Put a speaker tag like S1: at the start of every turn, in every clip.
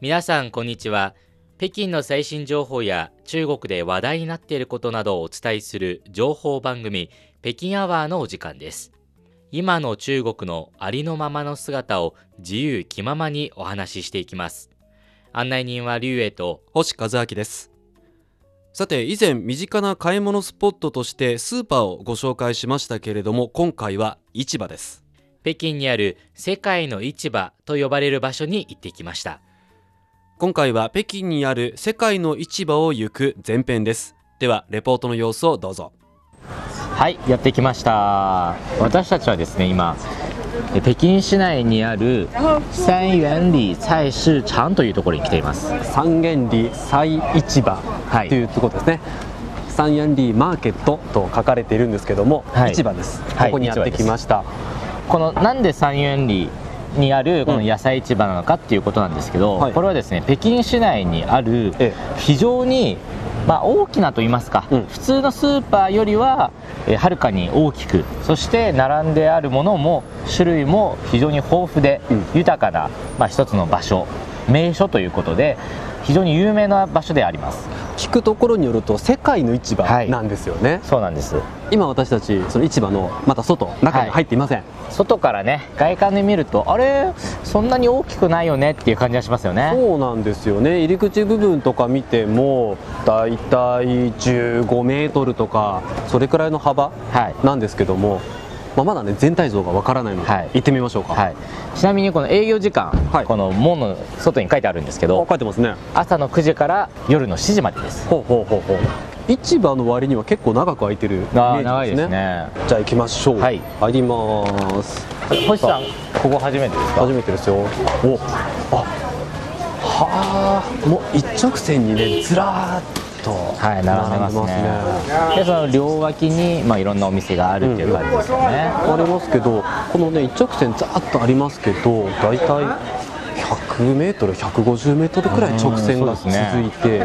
S1: 皆さんこんにちは北京の最新情報や中国で話題になっていることなどをお伝えする情報番組北京アワーのお時間です今の中国のありのままの姿を自由気ままにお話ししていきます案内人は劉栄と
S2: 星和明ですさて以前身近な買い物スポットとしてスーパーをご紹介しましたけれども今回は市場です
S1: 北京にある世界の市場と呼ばれる場所に行ってきました
S2: 今回は北京にある世界の市場を行く前編ですではレポートの様子をどうぞ
S1: はいやってきました私たちはですね今え北京市内にある三元里菜市場というところに来ています
S3: 三元里菜市場
S1: い
S3: というところですね、三元里マーケットと書かれているんですけども、
S1: はい
S3: 市場です、
S1: はい
S3: ここにやってきました
S1: このなんで三元里にあるこの野菜市場なのかっていうことなんですけど、
S3: はい
S1: これはですね北京市内にある
S3: え
S1: 非常にまあ大きなと言いますか、
S3: うん
S1: 普通のスーパーよりはえーはるかに大きくそして並んであるものも種類も非常に豊富で
S3: うん
S1: 豊かな、まあ、一つの場所名所ということで非常に有名な場所であります
S3: 聞くところによると世界の市場
S1: はい
S3: なんですよね、
S1: そうなんです
S3: 今私たちその市場のまた外中に入っていません、
S1: 外からね外観で見るとあれそんなに大きくないよねっていう感じがしますよね
S3: そうなんですよね入り口部分とか見てもだいたい15メートルとかそれくらいの幅
S1: はい
S3: なんですけども、まあ、まだね全体像がわからないので、
S1: はい
S3: 行ってみましょうか、
S1: はい、ちなみにこの営業時間、
S3: はい
S1: この門の外に書いてあるんですけ
S3: あ
S1: ど
S3: 書いてますね
S1: 朝の9時から夜の7時までです
S3: ほうほうほうほう市場の割には結構長く空いてるイメ
S1: あー
S3: ージですね
S1: ね
S3: じゃあ行きましょう
S1: はい
S3: 入ります
S1: 星さんここ初めてですか
S3: 初めてですよおあはあもう一直線にねずらーっと
S1: はい並んでますね
S3: ね
S1: でその両脇に、まあ、いろんなお店があるっていう感じですよね、
S3: ありますけどこのね一直線ざーっとありますけど大体 100m、150m くらい直線
S1: うん
S3: が
S1: そう
S3: 続
S1: ですね
S3: いて、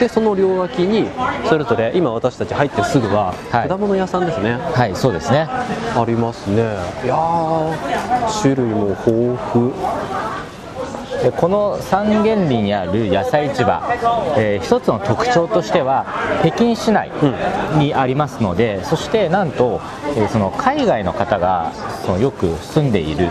S3: でその両脇にそれぞれ今私たち入ってすぐは
S1: はい
S3: 果物屋さんですね、
S1: はいそうですね
S3: ありますねいやー種類も豊富
S1: でこの三元里にある野菜市場、えー一つの特徴としては北京市内にありますので、そしてなんと、えーその海外の方がそのよく住んでいる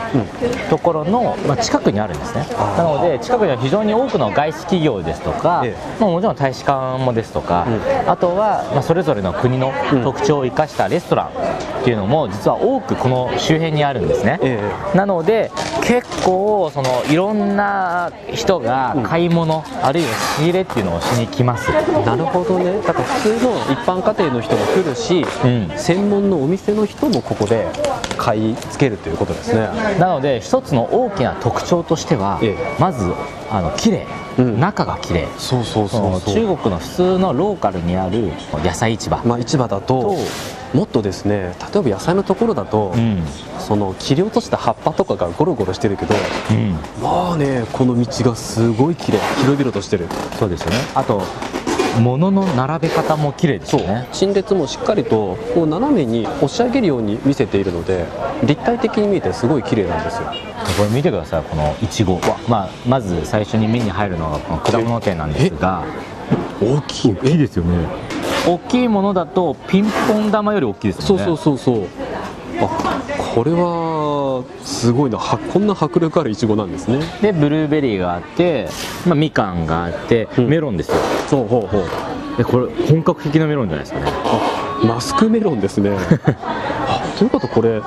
S1: ところの、まあ、近くにあるんですねなので近くには非常に多くの外資企業ですとか、
S3: え
S1: まあ、もちろん大使館もですとか、あとは、まあ、それぞれの国の特徴を生かしたレストランっていうのも実は多くこの周辺にあるんですね、
S3: え
S1: なので結構そのいろんな人が買い物、あるいは仕入れっていうのをしに来ます
S3: なるほどねだから普通の一般家庭の人も来るし、
S1: うん
S3: 専門のお店の人もここで買い付けるということですね
S1: なので一つの大きな特徴としては、
S3: え
S1: まずあの綺麗、
S3: うん
S1: 中が綺麗
S3: そうそう
S1: その中国の普通のローカルにある野菜市場、
S3: まあ、市場だともっとですね例えば野菜のところだと、
S1: うん
S3: その切り落とした葉っぱとかがゴロゴロしてるけど
S1: うん、
S3: まあねこの道がすごい綺麗広々としてる
S1: そうですよねあと物の並べ方も綺麗です
S3: そう
S1: よね
S3: 陳列もしっかりとこう斜めに押し上げるように見せているので立体的に見えてすごい綺麗なんですよ
S1: これ見てくださいこのいちごまあ、まず最初に目に入るのがこの果物店なんですが
S3: 大きい
S1: いいですよね大きいものだとピンポン玉より大きいですよ
S3: そう
S1: ね
S3: そうそうそうあこれはすごいなはこんな迫力あるイチゴなんですね
S1: でブルーベリーがあって、まあ、みかんがあって
S3: うん
S1: メロンですよ、
S3: そうほうほう
S1: でこれ本格的なメロンじゃないですかね
S3: あマスクメロンで すねあということはこれ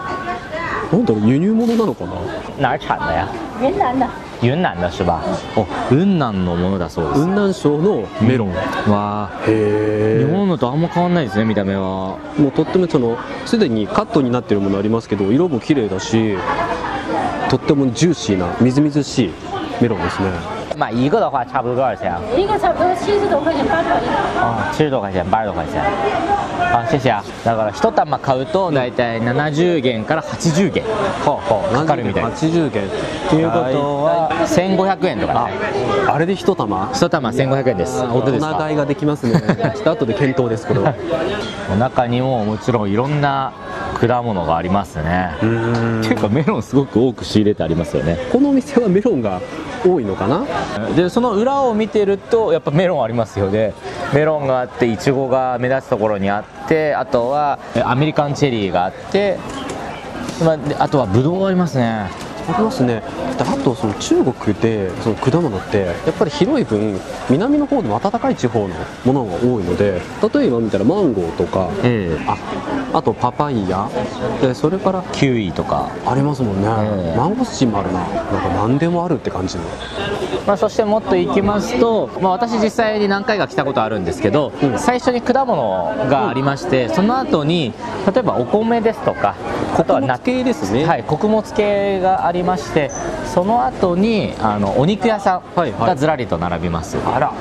S3: なんだろう輸入物なのかな
S1: 哪儿产的呀
S4: 云南的。
S1: 雲南的是吧あ雲南のものだそうです
S3: 雲南省のメロン、へ
S1: わあ日
S3: え
S1: 本のとあんま変わんないですね見た目は
S3: もうとってもそのすでにカットになってるものありますけど色も綺麗だしとってもジューシーなみずみずしいメロンですね
S1: まあ一个的话差不多多少钱啊
S4: 一个差不多七十多块钱，八十块钱。
S1: あ70多块钱80多块钱あ谢谢啊だから一玉買うと大体70元から80元かかるみたいです
S3: 80元ということは
S1: 1500円とかね
S3: ああれで一玉
S1: 一玉1500円です本当です
S3: お
S1: か
S3: 腹いができます ねちょっと後で検討ですこれは
S1: お中にももちろんいろんな果物がありますね
S3: うーん
S1: ていうかメロンすごく多く仕入れてありますよね
S3: このお店はメロンが多いのかな
S1: でその裏を見てるとやっぱメロンありますよねメロンがあってイチゴが目立つところにあってあとはえアメリカンチェリーがあって、まあであとはブドウがありますね
S3: ありますねであとその中国でその果物ってやっぱり広い分南の方でも暖かい地方のものが多いので例えば見たらマンゴーとか、
S1: ええ
S3: ああとパパイヤでそれから
S1: キウイとか、
S3: ありますもんね、
S1: ええ
S3: マンゴスチンもあるななんか何でもあるって感じの
S1: まあ、そしてもっと行きますと、まあ、私実際に何回か来たことあるんですけど、
S3: うん
S1: 最初に果物がありまして、その後に例えばお米ですとかあとはナッ
S3: ナ系ですね
S1: はい、穀物系がありましてその後にあのお肉屋さん
S3: はいはい
S1: がずらりと並びます、
S3: あら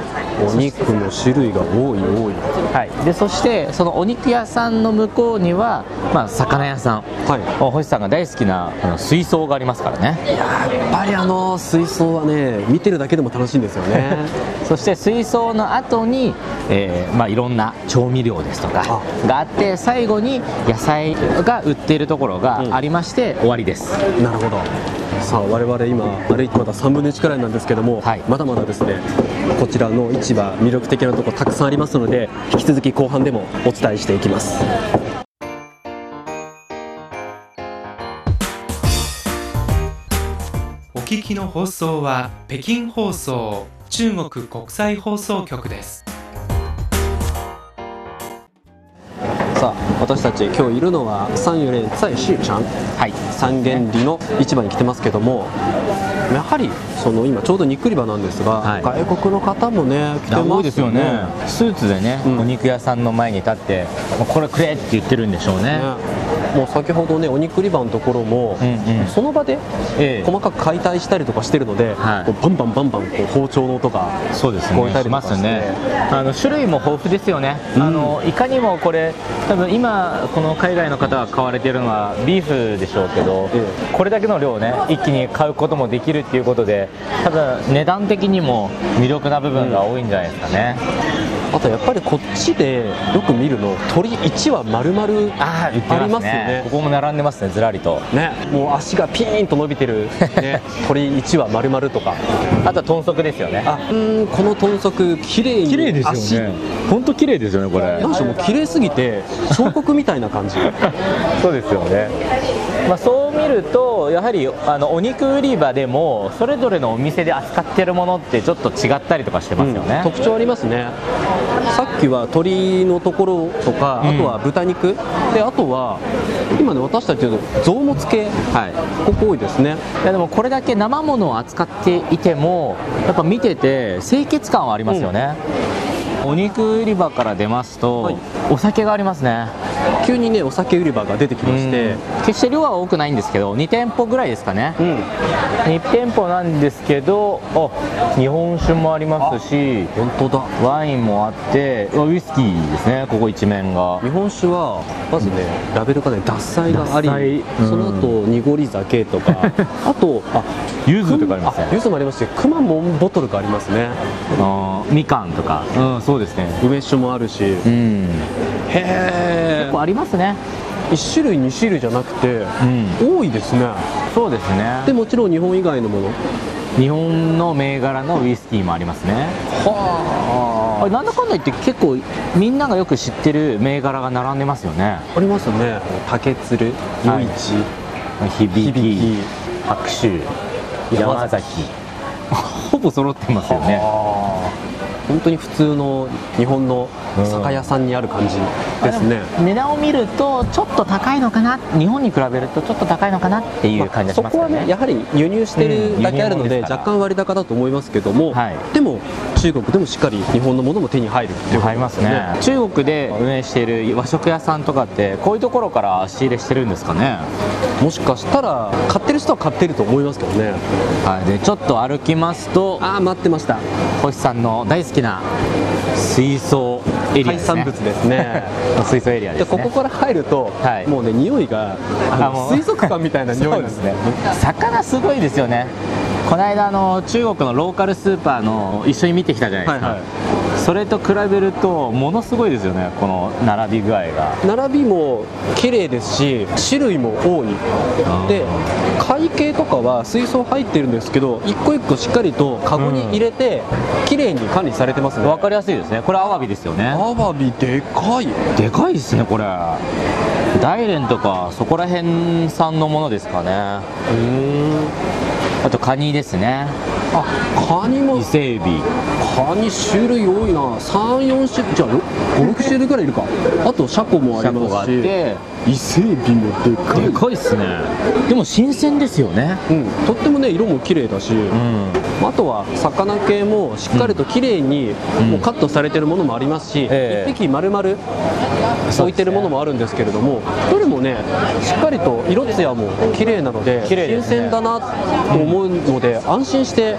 S3: お肉の種類が多い多い
S1: はい、でそしてそのお肉屋さんの向こうには、まあ、魚屋さん、
S3: はい
S1: 星さんが大好きなあの水槽がありますからね
S3: やっぱりあの水槽はね見てるだけでも楽しいんですよね
S1: そして水槽の後に、えーまあ、いろんな調味料ですとかがあって最後に野菜が売っているところがありまして、終わりです
S3: なるほどさあ我々今歩いてまだ3分の1くらいなんですけども、
S1: はい
S3: まだまだですねこちらの市場魅力的なとこたくさんありますので引き続き後半でもお伝えしていきます
S5: お聞きの放送は北京放送中国国際放送局です。
S3: さあ私たち今日いるのは三四連菜市場
S1: はい
S3: 三元里の市場に来てますけどもやはりその今ちょうど肉売り場なんですが、
S1: はい
S3: 外国の方もね来てます
S1: 多いですよねスーツでね、
S3: うん
S1: お肉屋さんの前に立ってもうこれくれって言ってるんでしょうね
S3: ねもう先ほどねお肉売り場のところも、
S1: うんうん
S3: その場で
S1: ええ
S3: 細かく解体したりとかしてるので、
S1: はい
S3: こうバンバンバンバンこう包丁の音が
S1: そうです
S3: 聞こえ
S1: ね。
S3: たり
S1: し
S3: と
S1: ま
S3: かして
S1: すね。あの種類も豊富ですよね。
S3: うん
S1: あのいかにもこれ多分今この海外の方が買われているのはビーフでしょうけど、
S3: え
S1: これだけの量をね一気に買うこともできるっていうことで、多分値段的にも魅力な部分が多いんじゃないですかね。
S3: あとやっぱりこっちでよく見るの鳥1羽丸々あ
S1: ー
S3: りますよね
S1: ここも並んでますねずらりと。
S3: ね、もう足がピーンと伸び てる、ね、鳥1羽丸々とか
S1: あとは豚足ですよね。
S3: あうーんこの豚足綺麗に足。
S1: 本当綺麗ですよねこれ
S3: なんでしょうもう綺麗すぎて彫刻みたいな感じ
S1: そうですよね、まあ、そう見るとやはりあのお肉売り場でもそれぞれのお店で扱ってるものってちょっと違ったりとかしてますよ
S3: うん
S1: ね、
S3: 特徴ありますねさっきは鳥のところとか、
S1: うん
S3: あとは豚肉であとは今ね私たちの臓物系
S1: はい
S3: ここ多いですね
S1: いやでもこれだけ生ものを扱っていてもやっぱ見てて清潔感はありますよね、お肉売り場から出ますと、
S3: はい
S1: お酒がありますね
S3: 急にねお酒売り場が出てきまして
S1: うん決して量は多くないんですけど2店舗ぐらいですかね、
S3: うん
S1: 2店舗なんですけどあ日本酒もありますし
S3: 本当だ
S1: ワインもあってウイスキーですねここ一面が
S3: 日本酒はまずねラベルからね獺祭があり
S1: 獺祭うん
S3: その後濁り酒 とかあとあ
S1: 柚子とかあります
S3: あ柚
S1: ね
S3: 子もありますしくまモンボトルがありますね
S1: あーみかんとかうんそうですね
S3: 梅酒もあるしへ
S1: うん
S3: え
S1: 結構ありますね
S3: 1種類2種類じゃなくて、多いですね
S1: そうですね
S3: でもちろん日本以外のもの
S1: 日本の銘柄のウイスキーもありますねあれなんだかんだ言って結構みんながよく知ってる銘柄が並んでますよね
S3: ありますね竹鶴
S1: は
S3: 余
S1: い
S3: 市、
S1: 響き
S3: 響
S1: 白州山崎 ほぼ揃ってますよね
S3: あー本当に普通の日本の酒屋さんにある感じですね、
S1: 値段を見るとちょっと高いのかな日本に比べるとちょっと高いのかなっていう感じがし
S3: そ
S1: ます
S3: こ
S1: よ
S3: はねやはり輸入して
S1: うん
S3: るだけある
S1: 輸入物
S3: の
S1: で
S3: で,、
S1: すから
S3: 若干割高だと思いますけども、
S1: はい
S3: でも中国でもしっかり日本のものも手に入るっていうこと
S1: ありますね中国で運営している和食屋さんとかってこういうところから仕入れしてるんですかね、
S3: もしかしたら買ってる人は買ってると思いますけどね
S1: はい、でちょっと歩きますと
S3: ああ待ってました
S1: 星さんの大好きな水槽エリアで
S3: 海
S1: すね
S3: 産物ですね
S1: 水槽エリアで
S3: です
S1: ね
S3: ここから入ると、
S1: はい
S3: もうね匂いがあの
S1: あもう
S3: 水族館みたいな匂いなんですね
S1: 魚すごいですよねこの間あの中国のローカルスーパーの一緒に見てきたじゃないですか、
S3: はいは
S1: それと比べるとものすごいですよねこの並び具合が
S3: 並びも綺麗ですし種類も多いで会計とかは水槽入ってるんですけど一個一個しっかりとカゴに入れて綺麗に管理されてますね
S1: 分かりやすいですねこれアワビですよね
S3: アワビでかい
S1: でかいですねこれ大連とかそこら辺産のものですかねあとカニですね
S3: あカニも
S1: 伊勢エビ
S3: カニ種類多いな34種じゃあ56種類ぐらいいるかあとシャコもあ
S1: シャ
S3: り
S1: コが
S3: ま
S1: あっ
S3: すして伊勢エビもでか
S1: でかいっすねでも新鮮ですよね
S3: うん、とってもね色も綺麗だし、
S1: うん
S3: あとは魚系もしっかりと綺麗に
S1: ん
S3: もうカットされてるものもありますし、
S1: ええ
S3: 1匹丸々置いてるものもあるんですけれども、どれもねしっかりと色艶も綺麗なので
S1: 綺麗で
S3: 新
S1: すね
S3: 鮮だなと思うので、安心して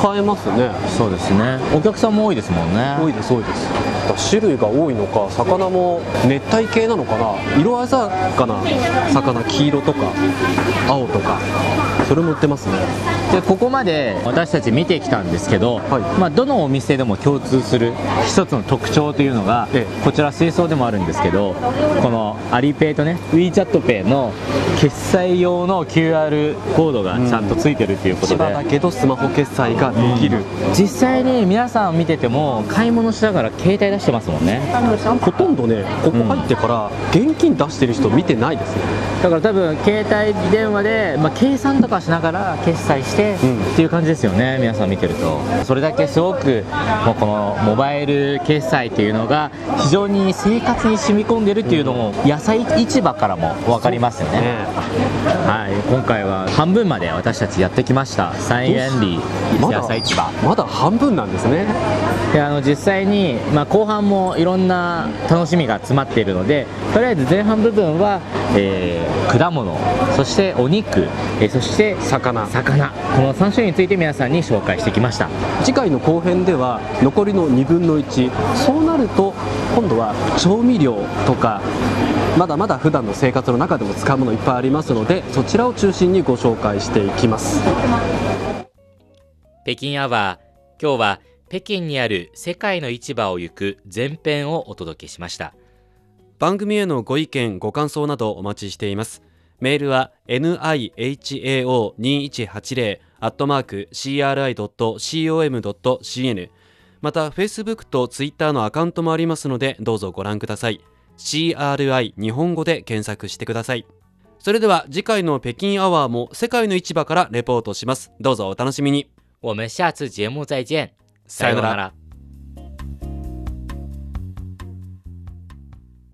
S3: 買えますね
S1: そうですねお客さんも多いですもんね
S3: 多いです多いです種類が多いのか魚も熱帯系なのかな色鮮やかな魚黄色とか青とかそれも売ってますね
S1: でここまで私たち見てきたんですけど、
S3: はい
S1: まあ、どのお店でも共通する一つの特徴というのが、
S3: ええ
S1: こちら水槽でもあるんですけどこのアリペイとね WeChatPay の決済用の QR コードがちゃんとついてるっていうこと
S3: 千
S1: で、
S3: 葉だけどスマホ決済ができる、
S1: 実際に皆さん見てても買い物しながら携帯出してますもんね
S3: ほとんどねここ入ってから現金出してる人見てないですね、
S1: だから多分携帯電話で、まあ、計算とかしながら決済して、
S3: うん
S1: っていう感じですよね皆さん見てるとそれだけすごくもうこのモバイル決済っていうのが非常に生活に染み込んでるっていうのも野菜市場からも分かりますよねはい今回は半分まで私たちやってきました三円里
S3: まだ
S1: 野菜市場
S3: まだ半分なんですね
S1: であの実際に、まあ、後半もいろんな楽しみが詰まっているのでとりあえず前半部分は、えー果物そしてお肉、えーそして
S3: 魚
S1: 魚この3種類について皆さんに紹介してきました
S3: 次回の後編では残りの2分の1そうなると今度は調味料とかまだまだ普段の生活の中でも使うものいっぱいありますのでそちらを中心にご紹介していきます
S6: 北京アワー今日は北京にある世界の市場を行く前編をお届けしました
S2: 番組へのご意見ご感想などお待ちしていますメールは nihao2180 アットマーク cri.com.cn また Facebook と Twitter のアカウントもありますのでどうぞご覧ください CRI 日本語で検索してくださいそれでは次回の北京アワーも世界の市場からレポートしますどうぞお楽しみに
S6: 我们下次节目再见
S2: さようなら
S6: ら